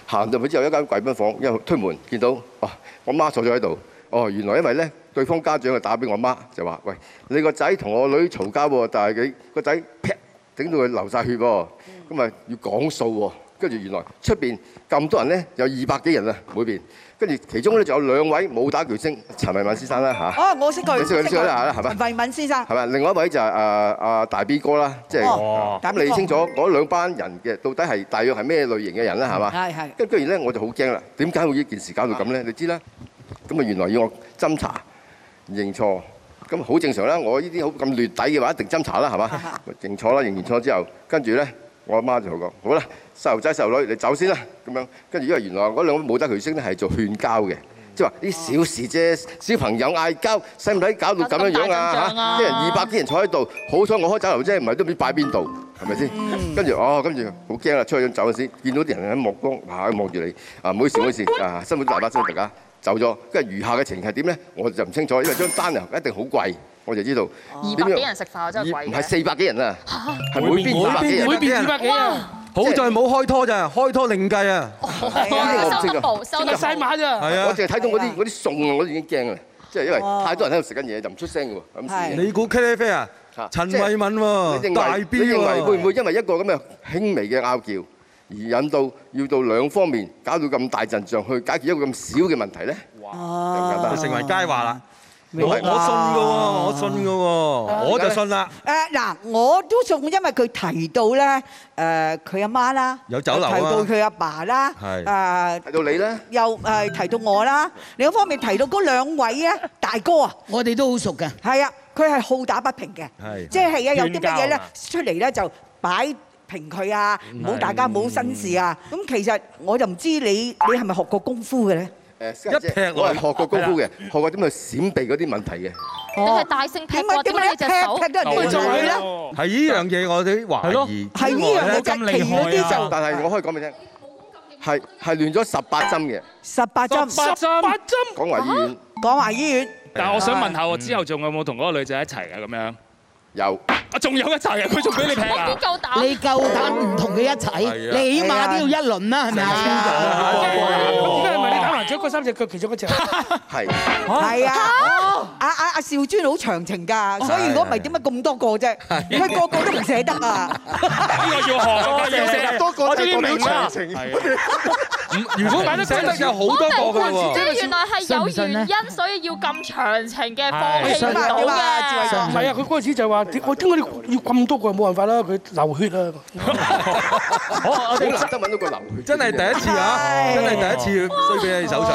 Speaker 9: 行入去之後，一間貴賓房，因為推門見到，哇！我媽坐咗喺度。哦，原來因為咧，對方家長就打俾我媽，就話：喂，你個仔同我女嘈交喎，但係佢個仔劈整到佢流晒血喎，咁啊要講數喎。跟住原來出邊咁多人咧，有二百幾人啊，每邊。跟住其中咧仲有兩位武打巨星，陳慧敏先生啦嚇。
Speaker 7: 哦，我識佢，
Speaker 9: 你識佢你識佢啦係嘛
Speaker 7: 陳慧敏先生，
Speaker 9: 係咪？另外一位就係誒阿大 B 哥啦，即係
Speaker 7: 哦大 B
Speaker 9: 咁
Speaker 7: 哥
Speaker 9: 你清楚嗰兩班人嘅到底係大約係咩類型嘅人啦，係嘛？
Speaker 7: 係係
Speaker 9: 跟住咧，我就好驚啦。點解會呢件事搞到咁咧？你知啦。咁啊，原來要我斟茶認錯，咁好正常啦。我呢啲好咁劣底嘅話，一定斟茶啦，係嘛？認錯啦，認完錯之後，跟住咧，我阿媽就講：好啦，細路仔細路女，你走先啦。咁樣跟住，因為原來嗰兩位武打巨星咧係做勸交嘅。即係話啲小事啫，小朋友嗌交，使唔使搞
Speaker 4: 搞到咁
Speaker 9: 到咁樣樣
Speaker 4: 大陣仗啊
Speaker 9: 啊？嚇，一人二百幾人坐喺度，好彩我開酒樓啫，唔係都唔知擺邊度，係咪先？跟住哦，跟住好驚啦，出去走先，見到啲人喺目光，哇望住你，啊唔好意思，唔好意思，啊辛苦大家辛苦大家，走咗。跟住餘下嘅情係點咧，我就唔清楚，因為張單啊一定好貴，我就知道
Speaker 4: 二
Speaker 9: 點
Speaker 4: 百
Speaker 9: 樣
Speaker 4: 幾人食飯真係貴
Speaker 9: 二唔
Speaker 4: 嘅
Speaker 9: 係。 四百幾人啊，係每邊
Speaker 3: 每
Speaker 9: 二百幾人
Speaker 3: 邊
Speaker 2: 每
Speaker 3: 每。
Speaker 2: 邊二百幾啊，
Speaker 3: 好在冇開拖咋，開拖另計啊。
Speaker 9: 我唔
Speaker 4: 收
Speaker 9: 清
Speaker 4: 得
Speaker 9: 楚
Speaker 4: 步，收
Speaker 2: 淨
Speaker 4: 得
Speaker 2: 係曬
Speaker 4: 步。
Speaker 2: 馬咋。
Speaker 3: 係
Speaker 9: 我
Speaker 3: 啊。
Speaker 9: 淨係睇到嗰啲嗰啲餸啊，我都已經驚啦，即係因為太多人喺度食緊嘢就唔出聲嘅喎，咁
Speaker 7: 係
Speaker 9: 先。
Speaker 3: 你估 K F 啊？陳慧敏喎，大
Speaker 9: 你認為
Speaker 3: B
Speaker 9: 你認為會唔
Speaker 3: 喎。
Speaker 9: 會因為一個咁嘅輕微嘅拗撬，而引到要到兩方面搞到咁大陣仗去解決一個咁小嘅問題咧？
Speaker 7: 哦
Speaker 3: 就成為佳話啦。我我信
Speaker 7: 白
Speaker 3: 㗎喎，
Speaker 7: 哦
Speaker 3: 我信㗎喎，我就信啦。
Speaker 7: 誒嗱，我都仲因為佢提到咧，誒佢阿媽啦，
Speaker 3: 有酒樓啊
Speaker 7: 提到佢阿爸啦，
Speaker 3: 係
Speaker 7: 誒
Speaker 9: 睇到你咧，
Speaker 7: 又誒提到我啦，另一方面提到嗰兩位啊大哥啊，
Speaker 8: 我哋都好熟嘅。
Speaker 7: 係啊，佢係好打不平嘅，
Speaker 3: 係
Speaker 7: 即係啊有啲乜嘢
Speaker 10: 勸交
Speaker 7: 咧
Speaker 10: 啊
Speaker 7: 出嚟咧就擺平佢啊，唔好大家冇新事啊。咁其實我就唔知你你係咪學過功夫嘅咧？
Speaker 9: 誒，家姐
Speaker 3: 一劈落
Speaker 9: 我係
Speaker 3: 去
Speaker 9: 學過功夫嘅，學過點去閃避嗰啲問題嘅。
Speaker 4: 你係大聲劈
Speaker 7: 點解
Speaker 4: 過，
Speaker 7: 點
Speaker 4: 點解
Speaker 7: 解你
Speaker 4: 你
Speaker 7: 一劈
Speaker 4: 隻手？
Speaker 7: 劈到人哋
Speaker 2: 就
Speaker 7: 女
Speaker 1: 啊
Speaker 2: 係
Speaker 7: 咧？
Speaker 2: 啦，
Speaker 3: 係呢樣嘢我哋懷疑。
Speaker 7: 係呢樣嘢
Speaker 10: 咁
Speaker 7: 啫，
Speaker 10: 厲
Speaker 7: 其
Speaker 10: 害
Speaker 7: 嗰
Speaker 10: 啊
Speaker 3: à.
Speaker 7: 啲就
Speaker 9: 但係我可以講俾你聽，係係亂咗十八針嘅，
Speaker 7: 十八針。
Speaker 2: 八針八針。
Speaker 9: 講話醫院
Speaker 7: 講華醫院
Speaker 1: 但係我想問下，我之後仲有冇同嗰個女仔一齊啊？咁樣
Speaker 9: 有。
Speaker 1: 啊，仲有一齊啊！佢仲俾你劈 啊
Speaker 4: 邊！夠膽？
Speaker 8: 你夠膽唔同佢一齊，
Speaker 3: 係啊
Speaker 8: 你起碼都要一輪啦，係咪啊？
Speaker 2: 而家係咪你打麻雀咗嗰三隻腳，其中一隻。
Speaker 9: 係。
Speaker 7: 係啊，啊阿-阿-哦阿邵尊好長情㗎，所以如果唔係點解咁多個啫？ 佢個個都唔捨得啊。
Speaker 1: 啊
Speaker 6: 多個
Speaker 1: 我終於明啦
Speaker 6: 情。
Speaker 3: 如果唔捨得有好多個㗎
Speaker 4: 即係
Speaker 3: 喎。
Speaker 4: 原來係有原因，所以要咁長情嘅放棄唔到
Speaker 7: 點啊
Speaker 4: 嘅。
Speaker 7: 志偉哥？
Speaker 2: 唔係啊，佢嗰陣時就話：點我點解你要咁多個？冇辦法啦，佢流血啦。
Speaker 9: 好難得揾到個流血。
Speaker 3: 真係第一次啊！真係第一次衰俾你手上。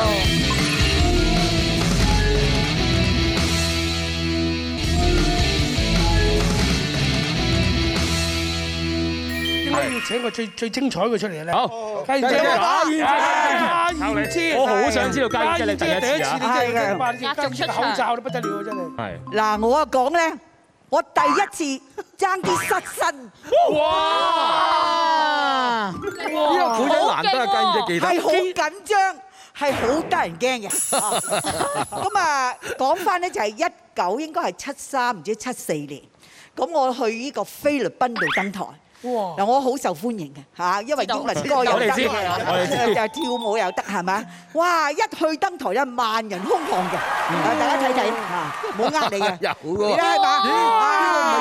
Speaker 2: 應該要請個最最精彩嘅出嚟咧。
Speaker 10: 好，
Speaker 2: 嘉燕姐，嘉燕姐，嘉燕姐，
Speaker 10: 我好想知道嘉燕姐
Speaker 2: 嘉
Speaker 10: 你
Speaker 2: 燕姐
Speaker 10: 第一次
Speaker 2: 第一
Speaker 10: 啊，
Speaker 2: 次你真係哇！
Speaker 4: 壓軸出場
Speaker 2: 口罩都不得了，真係。
Speaker 10: 係
Speaker 7: 嗱，我啊講呢，我第一次爭啲失身。
Speaker 3: 呢個古仔難得啊，
Speaker 4: 好勁喎
Speaker 3: 家燕姐記得。
Speaker 7: 係好緊張，係好得人驚嘅。咁啊，講返呢，就係19應該係73，唔知74年。咁我去呢個菲律賓度登台。嗱，我好受歡迎嘅，嚇，因為
Speaker 4: 知道。
Speaker 7: 英文歌又
Speaker 10: 我哋
Speaker 7: 得，
Speaker 10: 知，我哋知。
Speaker 7: 又跳舞又得，係咪？哇，一去登台，一萬人空巷嘅。大家睇睇，嚇，冇呃你嘅。
Speaker 3: 有喎。
Speaker 7: 你睇下係嘛？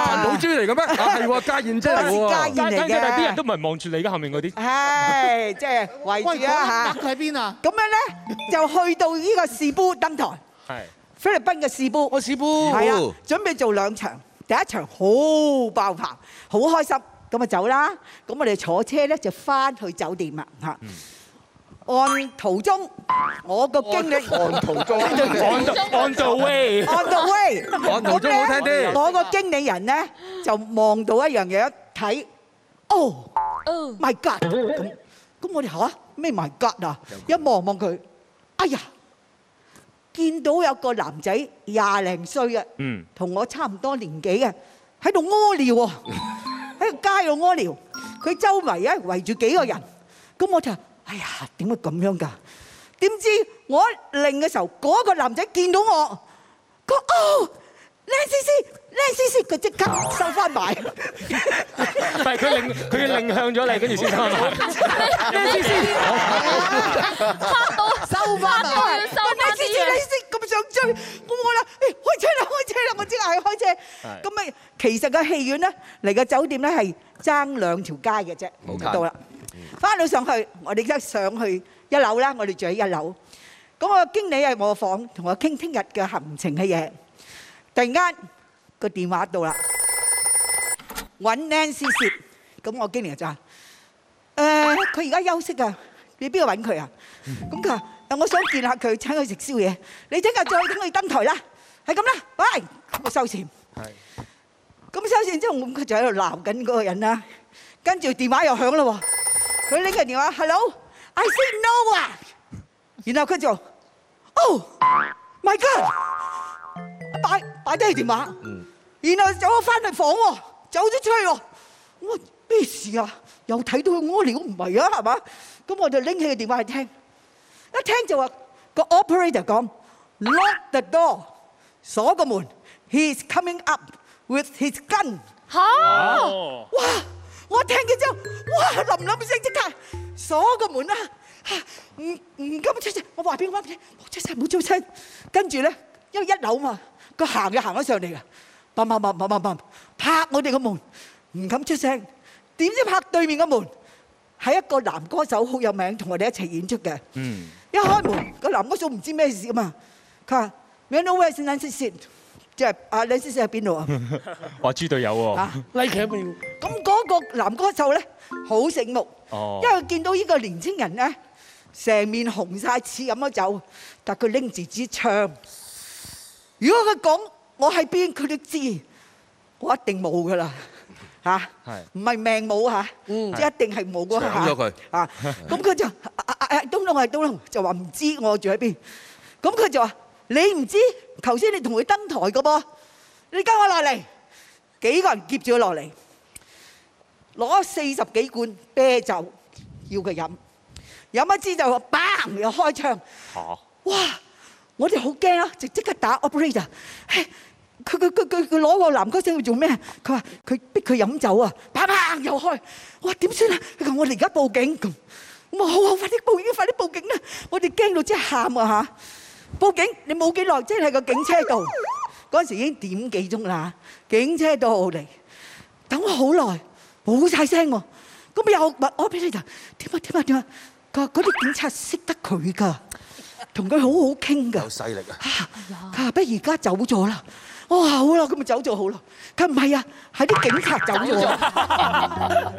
Speaker 3: 陳寶珠嚟嘅咩？啊係喎，家燕姐嚟
Speaker 7: 嗰啊陣時家
Speaker 3: 喎
Speaker 7: 燕。
Speaker 10: 但係但係啲人都唔係望住你嘅後面嗰啲。
Speaker 7: 唉，即係圍住啊，嚇。
Speaker 5: 喺邊啊？
Speaker 7: 咁樣咧就去到呢個士杯登台，
Speaker 10: 係
Speaker 7: 菲律賓嘅士杯，
Speaker 2: 我屎杯。
Speaker 7: 係啊，準備做兩場，第一場好爆棚，好開心，咁啊走啦，咁我哋坐車咧就翻去酒店啦嚇。按途中，我個經理
Speaker 9: 按途 中，
Speaker 10: On the on the way，
Speaker 7: on the way，
Speaker 3: 按途中好聽
Speaker 7: 咁
Speaker 3: 啲
Speaker 7: 呢我個經理人咧就望到一樣嘢，睇哦。
Speaker 4: 哦
Speaker 7: my god 咁，咁我哋嚇咩 my god à? 啊？一望望佢，哎呀，見到有個男仔廿零歲啊，
Speaker 1: Ừ.
Speaker 10: 嗯，
Speaker 7: 同我差唔多年紀嘅，喺度屙尿喎，喺個街度屙尿，佢周圍咧圍住幾個人，咁我就哎呀點會咁樣㗎？點知我一擰嘅時候，嗰、個男仔見到我，佢哦靚絲絲靚絲絲，佢即刻收翻埋。
Speaker 10: 但係佢令佢令向咗你，跟住先生話
Speaker 4: 嚇到收翻
Speaker 7: 收
Speaker 4: 收
Speaker 7: 翻
Speaker 4: 翻
Speaker 7: 你
Speaker 4: 啲
Speaker 7: 知你
Speaker 4: 嘢。
Speaker 7: 知咁想追，咁我啦，誒開車啦，開車啦，我即刻係開車。咁咪其實個戲院咧，離個酒店咧係爭兩條街嘅啫，到啦。翻到上去，我哋而家上去一樓啦，我哋住喺一樓。咁我經理喺我房同我傾聽日嘅行程嘅嘢，突然間個電話到啦，揾 Nancy 攝，咁我經理就話：誒，佢而家休息啊，你邊度揾佢啊？ 咁佢話：誒我想見下佢，請佢食宵夜。你即刻再等佢登台啦，係咁啦，喂，咁我收線。咁收線之後，咁佢就喺度鬧緊嗰個人啦。跟住電話又響啦喎，佢拎個電話，hello，I say no 啊。然後佢就，oh my god，擺擺低個電話。然後走咗翻去房喎，走咗出去喎。我話咩事啊？又睇到佢屙尿唔係啊，係嘛？咁我就拎起個電話去聽。一聽就話個 operator 講 lock the door 鎖個門，he is coming up with his gun。
Speaker 10: 哦
Speaker 4: 嚇！
Speaker 1: 哦
Speaker 7: 哇！我聽嘅之後，哇！林林聲即刻鎖個門啦，嚇唔唔敢出聲。我話俾我媽聽，冇出聲，冇出聲。跟住咧，因為一樓嘛，佢行就行咗上嚟啦，砰砰砰砰砰砰，拍我哋個門，唔敢出聲。點知拍對面個門係一個男歌手，好有名，同我哋一齊演出嘅。
Speaker 10: 嗯，
Speaker 7: 一開門，個男歌手唔知咩事啊嘛，佢話：You know where is Nancy Sin？即係啊，Nancy Sin 喺邊度啊？
Speaker 10: 話豬隊友喎
Speaker 3: 哦
Speaker 7: 啊，
Speaker 2: Like 一秒。
Speaker 7: 咁嗰個男歌手咧好醒目，
Speaker 10: 哦
Speaker 7: 因為見到呢個年青人咧，成面紅晒，似飲咗酒，但佢拎住支槍。如果佢講我喺邊，佢都知，我一定冇 噶啦嚇
Speaker 10: 係，
Speaker 7: 唔係命冇嚇，即係一定係冇嗰下。
Speaker 3: 搶咗佢
Speaker 7: 啊！咁佢就啊啊啊東龍係東龍，就話唔知我住喺邊。咁佢就話你唔知，頭先你同佢登台嘅噃，你跟我落嚟，幾個人夾住佢落嚟，攞四十幾罐啤酒要佢飲，飲一支就 bang 又開槍。
Speaker 10: 嚇，
Speaker 7: 哇！我哋好驚啦，就即刻打 operator。嘿佢佢佢佢佢攞個男歌手去做咩？佢話 à. 佢逼佢飲酒啊，啪啪又開。我話點算啊？佢話我哋而家報警咁。冇啊！快啲報警！快啲報警啦！我哋驚到即係喊啊嚇！報警！你冇幾耐，即係喺個警車度。嗰陣時已經點幾鐘啦，警車到嚟，等我好耐，冇晒聲喎。咁又問我俾你就點啊點啊點啊！佢話嗰啲警察識得佢㗎，同佢好好傾㗎。
Speaker 5: 勢力啊！
Speaker 7: 佢話：不如而家走咗啦。我話好啦，咁咪走咗好啦。佢話唔係啊，係啲警察走咗，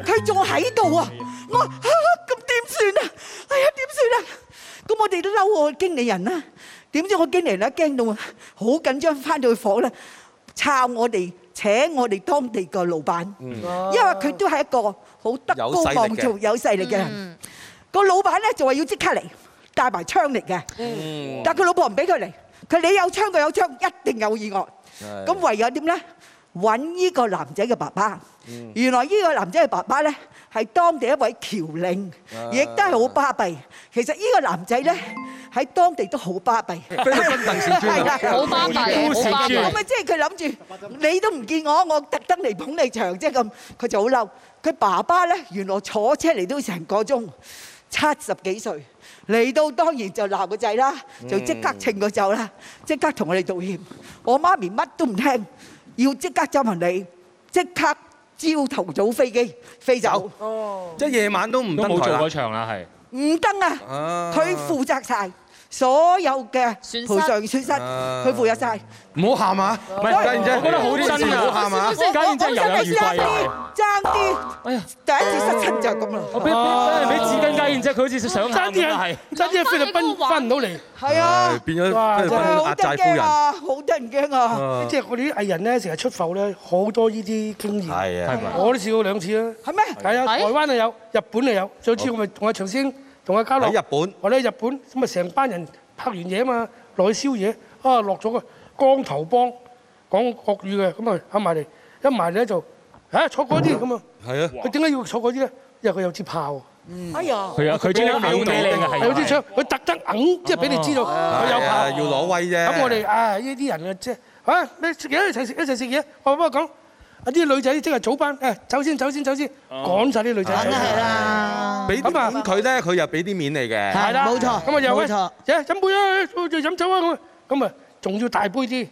Speaker 7: 佢仲喺度啊。我話啊咁點算啊？哎呀點算啊？咁我哋都嬲我經理人啦。點知我經理人咧驚到啊，好緊張，翻到去房咧，抄我哋請我哋當地個老闆，因為佢都係一個好德高
Speaker 5: 有勢力嘅
Speaker 7: 望重、有勢力嘅人。個老闆咧就話要即刻嚟，帶埋槍嚟嘅。但佢老婆唔俾佢嚟，佢你有槍佢有槍，一定有意外。咁唯有點咧？揾呢個男仔嘅爸爸。原來呢個男仔嘅爸爸咧係當地一位僑領，亦都係好巴閉。其實呢個男仔咧喺當地都好巴閉。
Speaker 3: 菲律賓鄧氏專
Speaker 7: 係啦
Speaker 3: 啊，
Speaker 4: 好巴閉，好巴
Speaker 7: 咁
Speaker 4: 閉。
Speaker 7: 啊，即係佢諗住你都唔見我，我特登嚟捧你場啫咁，佢就好嬲。佢爸爸咧原來坐車嚟都成個鐘，七十幾歲嚟到當然就鬧個仔啦，就即刻稱佢走啦，即刻同我哋道歉。我媽咪乜都唔聽，要即刻執行李，即刻朝頭早飛機飛走，
Speaker 3: 即係夜晚都唔
Speaker 10: 都
Speaker 3: 登
Speaker 10: 冇
Speaker 3: 台
Speaker 10: 做
Speaker 3: 啦
Speaker 10: 嗰。場啦，係。
Speaker 7: 唔得啊！
Speaker 3: 啊
Speaker 7: 佢負責晒所有嘅
Speaker 4: 損失
Speaker 7: 賠償損失，
Speaker 3: 啊
Speaker 7: 佢負責晒。
Speaker 3: 唔好喊啊！
Speaker 10: 唔係
Speaker 3: 家燕姐，
Speaker 10: 我覺得好真
Speaker 3: 唔
Speaker 10: 啊
Speaker 3: 好喊啊！
Speaker 10: 家燕真係游
Speaker 7: 我
Speaker 10: 刃有餘
Speaker 7: 真係爭
Speaker 10: 貴
Speaker 7: 啲
Speaker 10: 啊！
Speaker 7: 爭啲，
Speaker 10: 哎呀，
Speaker 7: 第一次失親就係咁啦。
Speaker 10: 我俾俾俾紙巾家燕姐，佢好似想
Speaker 2: 爭
Speaker 10: 喊
Speaker 2: 啲
Speaker 10: 咁啊，係
Speaker 2: 係。爭啲喺菲律賓翻唔到嚟，
Speaker 7: 係啊，
Speaker 3: 變咗
Speaker 2: 哇
Speaker 3: 菲律
Speaker 7: 真係
Speaker 3: 賓
Speaker 7: 好得人驚
Speaker 3: 壓寨夫人。
Speaker 7: 啊，好得人驚啊！
Speaker 2: 即係我哋啲藝人咧成日出埠咧，好多呢啲經驗。
Speaker 3: 係啊，
Speaker 2: 我都試過兩次啦。
Speaker 7: 係咩？
Speaker 2: 係啊，
Speaker 4: 係
Speaker 2: 台灣又有，日本又有。上次我咪同阿長先同阿嘉樂
Speaker 3: 喺日本
Speaker 2: 我哋喺日本咁啊，成班人拍完嘢啊嘛，落去宵夜啊，落咗個光頭幫講國語嘅，咁啊啱埋嚟，一埋嚟咧就啊坐嗰啲咁啊，
Speaker 3: 係啊。
Speaker 2: 佢點解要坐嗰啲咧？因為佢有支炮，
Speaker 7: 哎呀，
Speaker 10: 佢啊，佢將啲秒俾你嘅
Speaker 2: 係有支
Speaker 10: 係。
Speaker 2: 槍，佢特登揞，即係俾你知道佢有炮。
Speaker 3: 要攞威啫。
Speaker 2: 咁我哋啊呢啲人啊，即係啊你食嘢一齊食一齊食嘢，我幫我講。啊啲女仔即係早班，誒走先走先走先，趕晒啲女仔走。
Speaker 8: 梗係啦，
Speaker 3: 俾啲
Speaker 2: 咁啊
Speaker 3: 面佢咧，佢又俾啲面你嘅。
Speaker 8: 係啦，冇錯，
Speaker 2: 咁啊又
Speaker 8: 冇
Speaker 2: 喂，誒
Speaker 8: 錯，
Speaker 2: 飲杯啊，誒飲酒啊咁啊，咁啊仲要大杯啲，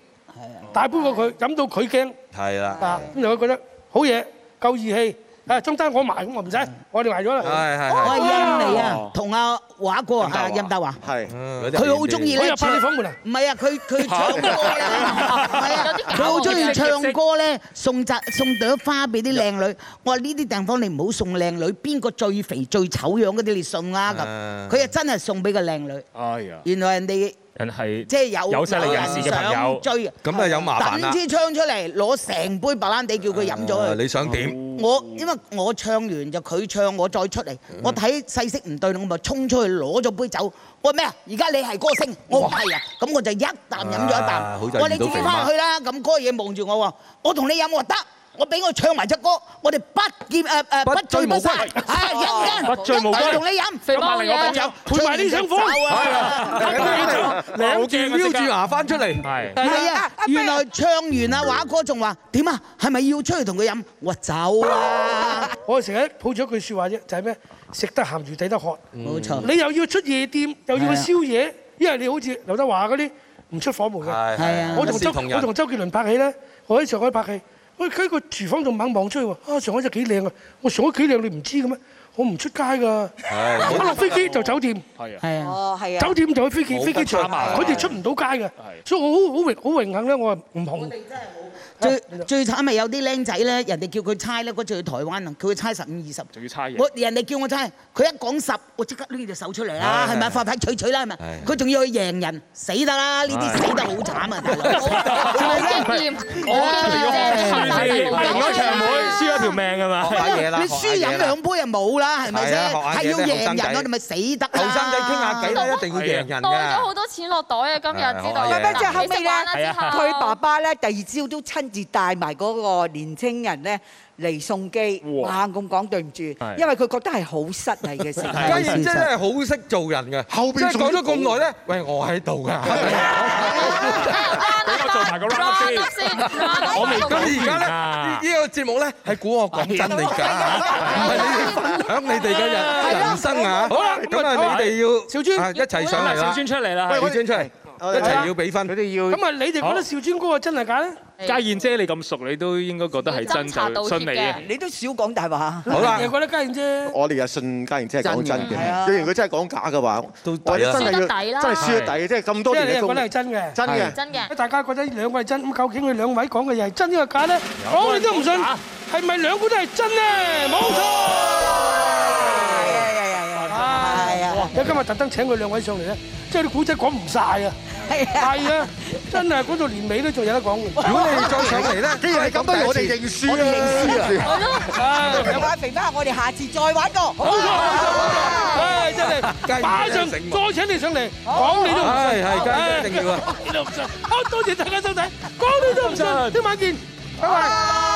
Speaker 2: 大杯過佢，飲到佢驚
Speaker 3: 係啦，
Speaker 2: 啊，咁就會覺得好嘢，夠義氣，啊中間我埋咁我唔使，我哋埋咗啦。
Speaker 3: 係
Speaker 8: 我係
Speaker 3: 係
Speaker 8: 印尼啊
Speaker 6: 哦，
Speaker 8: 同阿華哥啊，任達華，
Speaker 6: 係。
Speaker 3: 係。
Speaker 8: 佢好中意
Speaker 2: 我
Speaker 8: 咧
Speaker 2: 入拍你房門啊！
Speaker 8: 唔係啊，佢佢唱歌啊，係啊，佢好中意唱歌咧，送扎送朵花俾啲靚女。我話呢啲地方你唔好送靚女，邊個最肥最醜樣嗰啲你送啦
Speaker 3: 嗯
Speaker 8: 咁。佢又真係送俾個靚女，
Speaker 1: 哎呀，
Speaker 8: 原來人哋
Speaker 10: 人係
Speaker 8: 即係有
Speaker 10: 有勢力人士嘅朋
Speaker 8: 想
Speaker 10: 友，
Speaker 8: 追啊，
Speaker 3: 咁啊有麻煩
Speaker 8: 等
Speaker 3: 啦。
Speaker 8: 支槍出嚟，攞成杯白蘭地叫佢飲咗
Speaker 3: 啊
Speaker 8: 佢。
Speaker 3: 你想點？
Speaker 8: 我因為我唱完就佢唱，我再出嚟，
Speaker 3: 嗯
Speaker 8: 我睇勢色唔對，我咪衝出去攞咗杯酒。我話咩啊？而家你係歌星，我唔係啊！咁我就一啖飲咗一
Speaker 3: 啊
Speaker 8: 啖。
Speaker 3: 好
Speaker 8: 我
Speaker 3: 就
Speaker 8: 話
Speaker 3: 遇
Speaker 8: 你
Speaker 3: 到
Speaker 8: 自己
Speaker 3: 肥媽
Speaker 8: 翻去啦。咁嗰個嘢望住我話：我同你飲，我話得。我俾我唱埋只歌，我哋不見誒誒
Speaker 3: 不
Speaker 8: 不醉
Speaker 3: 醉
Speaker 8: 不
Speaker 3: 無
Speaker 8: 散，
Speaker 3: 歸
Speaker 8: 係一間
Speaker 1: 不醉無歸
Speaker 8: 同你飲，
Speaker 4: 肥媽嚟啊
Speaker 2: 配埋呢
Speaker 8: 唱完
Speaker 2: 張房
Speaker 8: 就走啊
Speaker 3: 兩住撩住牙翻出嚟。
Speaker 10: 係
Speaker 8: 係
Speaker 7: 啊
Speaker 8: 啊
Speaker 7: 啊，
Speaker 8: 原來唱完啊，華哥仲話點啊？係咪要出去同佢飲？我話走啦，
Speaker 2: 我成日抱咗一句説話啫，就係咩？食得鹹魚抵得渴。
Speaker 3: 嗯
Speaker 8: 冇錯。
Speaker 2: 你又要出夜店，又要去宵夜，因為你好似劉德華嗰啲唔出房門嘅。
Speaker 3: 係
Speaker 8: 係啊
Speaker 2: 我同周
Speaker 3: 同
Speaker 2: 我
Speaker 3: 人
Speaker 2: 同周杰倫拍戲咧，我喺上海拍戲，喂佢喺個廚房度猛望出去喎，啊上海真係幾靚啊！我上海幾靚你唔知嘅咩？我唔出街㗎，
Speaker 3: 係
Speaker 2: 一落飛機就酒店，
Speaker 1: 係啊，
Speaker 8: 係啊。
Speaker 7: 哦係啊
Speaker 2: 酒，店就去飛機
Speaker 3: 冇
Speaker 2: 飛機場，
Speaker 3: 得貪啊
Speaker 2: 佢哋出唔到街嘅，所以我好好榮好榮幸咧，我係唔紅。
Speaker 8: 最最慘咪有啲僆仔咧，人哋叫佢猜咧，嗰次去台灣啊，叫佢猜十五二十。
Speaker 1: 仲要猜嘢。
Speaker 8: 我人哋叫我猜，佢一講十，我即刻拎隻手出嚟啦，
Speaker 3: 係
Speaker 8: 係咪？
Speaker 3: 係
Speaker 8: 快快取取啦，係咪
Speaker 3: 係？
Speaker 8: 佢仲要去贏人，死得啦！呢啲死得好慘啊，大 佬。
Speaker 4: 好經驗，好經驗，
Speaker 10: 輸先，贏咗場會，輸咗條命㗎嘛
Speaker 3: 學。下嘢啦，
Speaker 8: 你輸飲兩杯就冇啦，係咪
Speaker 3: 係啊
Speaker 8: 先？
Speaker 3: 學下嘢
Speaker 8: 係要
Speaker 3: 啫後
Speaker 8: 贏
Speaker 3: 生仔
Speaker 8: 人，我哋咪死得啦。
Speaker 3: 後生仔傾下偈咧，一定要贏人
Speaker 4: 袋咗好
Speaker 3: 㗎。
Speaker 4: 多錢落袋啊！今日知道，
Speaker 3: 係
Speaker 7: 係係
Speaker 4: 你食慣啦之後
Speaker 7: 佢爸爸咧第二朝都親自帶埋嗰個年青人咧嚟送機，
Speaker 1: 哇
Speaker 7: 猛咁講對唔住，
Speaker 1: 係
Speaker 7: 因為佢覺得係好失禮嘅 事。
Speaker 3: 家燕姐真係好識做人嘅，
Speaker 6: 後邊
Speaker 3: 即係
Speaker 6: 仲
Speaker 3: 講咗咁耐咧，喂，我喺度 㗎。
Speaker 1: 俾我做埋個 round 先。我未
Speaker 3: 咁而家咧，
Speaker 11: 啊
Speaker 3: 呢呢個節目咧係估我講真嚟㗎，唔係你哋分享你哋嘅人人生啊。好啦，咁啊，你哋要
Speaker 2: 小專
Speaker 3: 啊一齊上嚟
Speaker 11: 小
Speaker 3: 啦，
Speaker 11: 專出嚟啦，
Speaker 3: 小專出嚟，
Speaker 6: 我哋
Speaker 3: 一齊要俾分。
Speaker 12: 佢哋要
Speaker 2: 咁啊，你哋覺得邵尊嗰個真係假咧？
Speaker 1: 嘉燕姐你咁熟，你都應該覺得係真就信你嘅。
Speaker 7: 你都少講大話。
Speaker 3: 好啦
Speaker 2: 你，覺得家燕姐
Speaker 6: 我哋係信家燕姐係講真
Speaker 12: 真
Speaker 7: 嘅係啊
Speaker 6: 嘅，若然佢真係講假嘅話，
Speaker 3: 到底啊
Speaker 6: 我哋真係
Speaker 13: 輸得抵啦
Speaker 6: 要真係輸得抵，即係咁
Speaker 2: 即
Speaker 6: 多
Speaker 2: 係你
Speaker 6: 年
Speaker 2: 係
Speaker 6: 嘅
Speaker 2: 覺
Speaker 6: 功
Speaker 2: 得
Speaker 6: 力
Speaker 2: 係，真嘅？
Speaker 6: 真嘅。
Speaker 13: 真嘅，
Speaker 2: 大家覺得兩個係真，咁究竟佢兩位講嘅嘢係真定係假咧？我哋都唔信，係咪兩個都係真咧？冇錯。
Speaker 7: 係啊，
Speaker 2: 因為今日特登請佢兩位上嚟咧，即係啲古仔講唔晒啊！
Speaker 7: 係啊，
Speaker 2: 係啊，真係嗰度年尾都仲有得講嘅。
Speaker 3: 如果你哋再上嚟咧，
Speaker 6: 既然係咁，不如我哋認輸啦。
Speaker 2: Ờ,
Speaker 7: 肥媽肥媽，我哋下次再玩過。好
Speaker 2: 冇錯冇錯冇錯，唉真
Speaker 3: 梗係
Speaker 2: 係，
Speaker 3: 要
Speaker 2: 馬上
Speaker 3: 醒目
Speaker 2: 再請你上嚟，講你都唔
Speaker 3: 係
Speaker 2: 信，
Speaker 3: 係，家燕姐一定要啊！
Speaker 2: 你都唔信。好，多謝大家收睇，講你都唔信，聽晚見，拜拜。